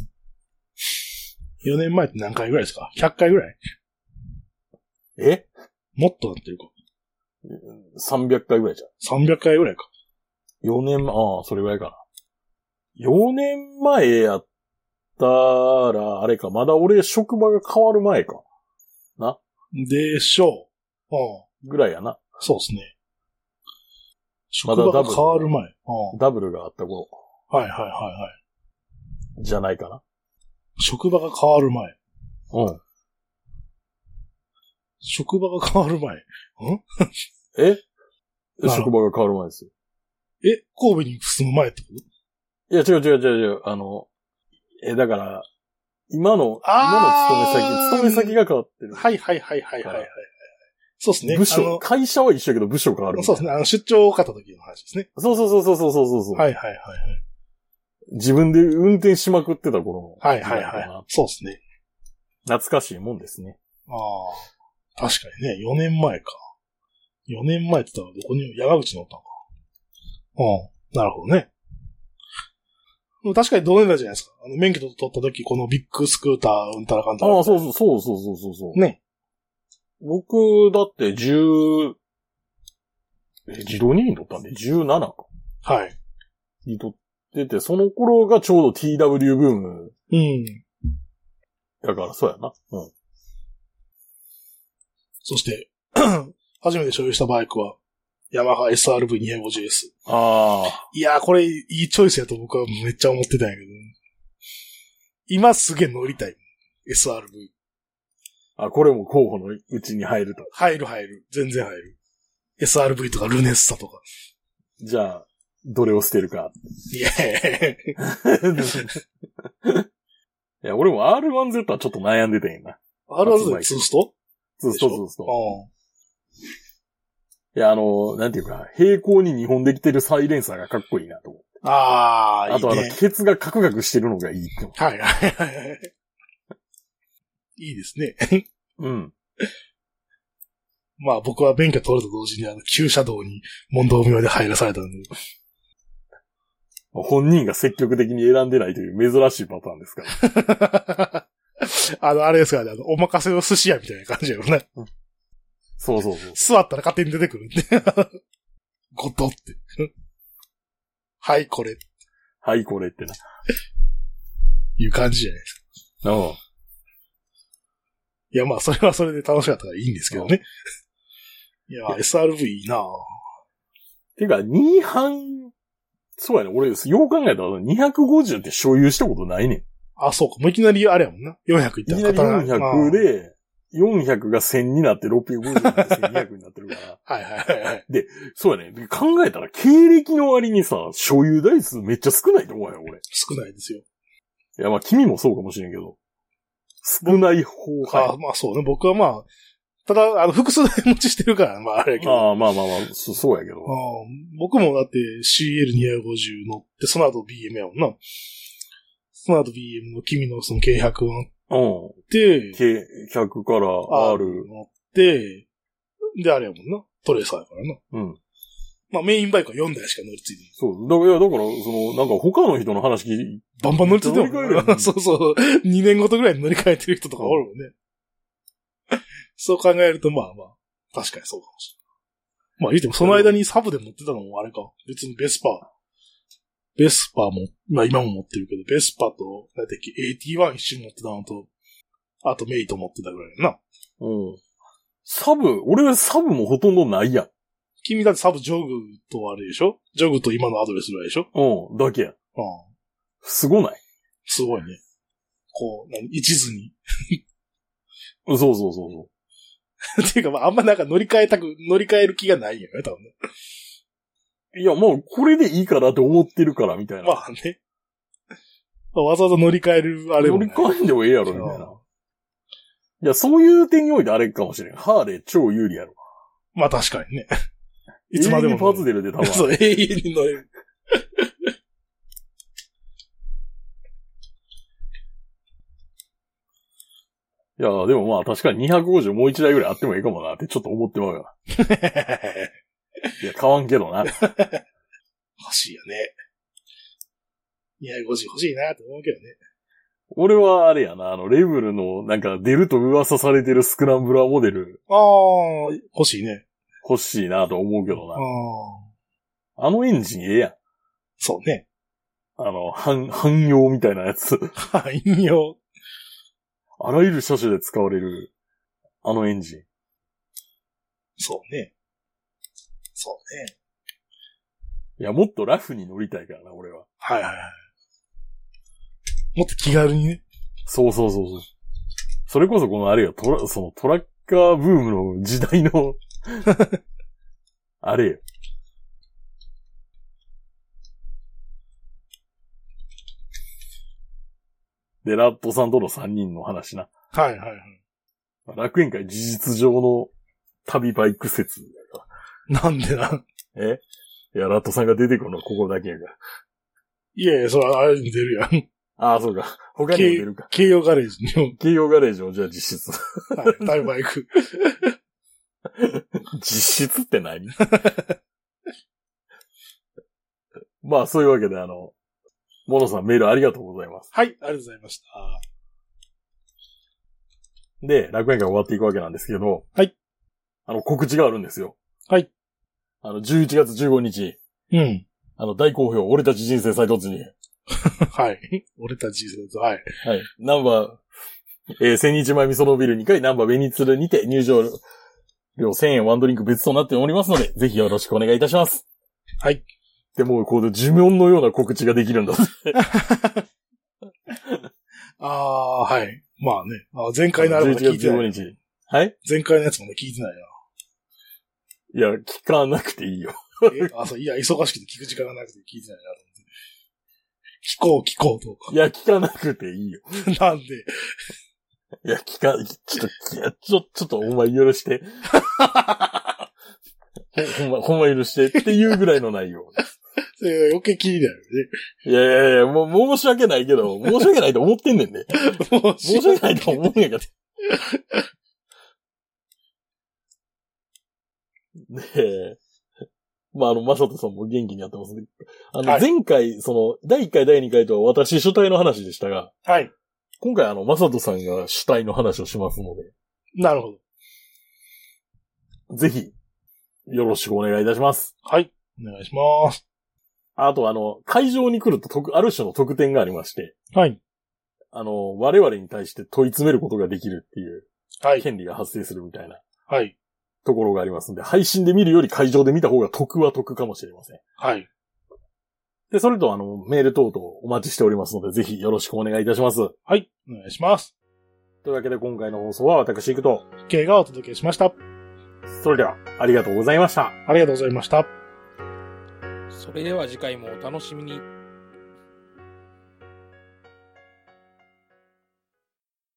4年前って何回ぐらいですか ?100 回ぐらい
え
もっとなってるか。
?300 回ぐらいじゃ
300回ぐらいか。
ん。4年前、ああ、それぐらいかな。4年前やったら、あれか、まだ俺職場が変わる前か。
でしょう。うん。
ぐらいやな。
そうですね。
ま
職
だダ
場が
ブル
変わる前。うん。
ダブルがあった頃、
はいはいはいはい。
じゃないかな。
職場が変わる前。
うん。
職場が変わる前。
え
なる
職
ほ
場が変わる前ですよ。
え、神戸に進む前ってこと
いや、違う違う違う違う。あの、え、だから、今の、今の
あー
勤め先、勤め先が変わってる。
はいはいはいはいはいはい。そうですね。
部
あ
署、
の
会社は一緒やけど部署変わる。
そうですね。あの、出張多かった時の話ですね。
そうそうそうそうそうそうそう、
はいはいはい
自分で運転しまくってた頃の。
はい。はいはいはい。そうですね。
懐かしいもんですね。
ああ。確かにね、4年前か。4年前って言ったらどこに、山口におったのか。うん。なるほどね。でも確かに同年代じゃないですか。あの、免許取った時、このビッグスクーター、うんたらかんたら。
ああ、そうそうそうそうそうそうそう。
ね。
僕、だって、十、え、自動二輪取ったんで、17か。
はい。
に取ってて、その頃がちょうど TW ブーム
うん。
だから、そうやな。うん。
そして、 初めて所有したバイクは、ヤマハ SRV250S。
ああ。
いやー、これ、いいチョイスやと僕はめっちゃ思ってたんやけど、今すげえ乗りたい。SRV。
あ、これも候補のうちに入ると。
入る入る。全然入る。SRV とかルネッサとか。
じゃあ、どれを捨てるか。
いやいやいや
いや、俺も R1Z はちょっと悩んでたんやな。
R1 で通すと
ずっとずっ
う
と。
ん。
いや、あの、なんていうか、平行に日本できてるサイレンサーがかっこいいなと思う。
あー、
あとあ
いい
の、
ね。
ケツがカクカクしてるのがいいって思
はいはいはいはい。いいですね。
う。うん。
まあ僕は免許取れた同時にあの、旧車道に問答無用で入らされたんで。
本人が積極的に選んでないという珍しいパターンです から。
あの、あれですからね、あの、お任せの寿司屋みたいな感じやろね。
そうそうそう。
座ったら勝手に出てくるんで。ごとって。はい、これ。
はい、これってな。
いう感じじゃないですか。
うん。
いや、まあ、それはそれで楽しかったからいいんですけどね。いや、SRV いいなぁ。
てか、2半、そうやね、俺、よう考えたら250って所有したことないねん。
あ、そうか。もういきなりあれやもんな。400いっ
い
た
き
ら
なり
刀
400。で、400が1000になって650になって1200になってる から。
まあはいはいはいはい。
そうやね。考えたら経歴の割にさ、所有台数めっちゃ少ないと思うよ、俺。い
少ないですよ。
や、まあ君もそうかもしれんけど。少ない方
あ
派。
まあそうね。僕はまあ、ただ、あの、複数台持ちしてるから、まああれやけど。
ああ、まあまあまあ、そそうやけど。
うん僕もだって CL250 乗って、その後 BM やもんな。その後 BM の君のその K100 乗っ
うん。
て、
K、100から
R
R。
乗って、で、あれやもんな。トレーサーやからな。
うん。
まあメインバイクは4台しか乗り継いでない。
そう。だから、いやだから、その、なんか他の人の話聞い
バンバン乗り継いでるも
乗り換え
ん
るよ
な。そうそう。2年ごとぐらいに乗り換えてる人とかおるもんね。そう考えると、まあまあ、確かにそうかもしまあ言うても、その間にサブで持ってたのもあれか。別にベスパー。ベスパーも、まあ今も持ってるけど、ベスパーと、なんだっけ、AT1 一緒に持ってたのと、あとメイト持ってたぐらいやな。
うん。サブ、俺サブもほとんどないやん。
君だってサブジョグとあれでしょジョグと今のアドレスぐらいでしょ
うん、だけやん。
うん。
すごない
すごいね。こう、何一途に。
そうそうそうそ
っていうか、まああんまなんか乗り換えたく、乗り換える気がないよね、多分ね。
う。いや、もうこれでいいかなって思ってるから、みたいな。
まあね。まあわざわざ乗り換えるあれも、
乗り
ね。
換えんでもええやろ、みたいな。いや、そういう点においてあれかもしれん。ハーレー超有利やろ。
まあ確かにね。いつまでも
永遠にパズデルで多分。
そう、永遠に乗れる。
いや、でもまあ確かに250もう一台ぐらいあってもええかもなってちょっと思ってまうから。いや、買わんけどな。
欲しいよね。250欲しいなって思うけどね。
俺はあれやな、あの、レブルのなんか出ると噂されてるスクランブラーモデル
ああ、欲しいね。
欲しいなと思うけど
あ
な
あ。、
あのエンジンええやん。
そうね。
あの、汎、汎用みたいなやつ。
汎用。
あらゆる車種で使われる、あのエンジン。
そうね。そうね。
いや、もっとラフに乗りたいからな、俺は。
はいはいはい。もっと気軽にね。
そうそうそうそう。それこそこのあれよ、トラ、そのトラッカーブームの時代の、 あれよ。で、ラットさんとの3人の話な。
はいはいはい。
楽園会事実上の旅バイク説。
なんでな。
えいや、ラットさんが出てくるのはここだけやから。
いやいや、それはあれに出るやん。
ああ、そうか。他にも出るか。
軽用ガレージに も。
企業ガレージをじゃあ実質。
はい、タイムバイク。
実質って何 まあ、そういうわけで、あの、モノさんメールありがとうございます。
はい、ありがとうございました。
で、楽園会終わっていくわけなんですけど、
はい。
あの、告知があるんですよ。
はい。
あの、11月15日、
うん。
あの、大好評、俺たち人生再突入。
はい。俺たち人生はい。
はい。ナンバー、えー、千日前味噌のビル2回、ナンバーベニツルにて入場料1000円ワンドリンク別となっておりますので、ぜひよろしくお願いいたします。
はい。
でも、こう、寿命のような告知ができるんだ。
ああ、はい。まあね。あー前回のあれ
11
も聞い
月
てない。
15日。はい
前回のやつもね、聞いてない
いや、聞かなくていいよ。
な。 えあ、そう、いや、忙しくて聞く時間がなくて聞いてないなと思って。聞こう、聞こ
いや、聞かなくていいよ。
うと。 なんで。
いや、聞か、ちょっと、いやちょ、ちょっと、お前許して。ほ んま、ほんま許してっていうぐらいの内容。
それ余計気になる
いやいやいや、もう申し訳ないけど、申し訳ないと思ってんねんね。
よね。 もう
申し訳ないと思うんやけど。ねえ。まあ、あの、まさとさんも元気にやってますね。あの、
はい
前回、その、第1回、第2回とは私主体の話でしたが、
はい。
今回あの、まさとさんが主体の話をしますので、
なるほど。
ぜひ、よろしくお願いいたします。
はい。お願いします。
あと、あの、会場に来ると特、ある種の特典がありまして、
はい。
あの、我々に対して問い詰めることができるっていう、
はい。
権利が発生するみたいな。
はい。
ところがありますんで、配信で見るより会場で見た方が得は得かもしれません。
はい。
で、それとあの、メール等々お待ちしておりますので、ぜひよろしくお願いいたします。
はい。お願いします。
というわけで今回の放送は私行くと、
K がお届けしました。
それではありがとうございました。
ありがとうございました。
それでは次回もお楽しみに。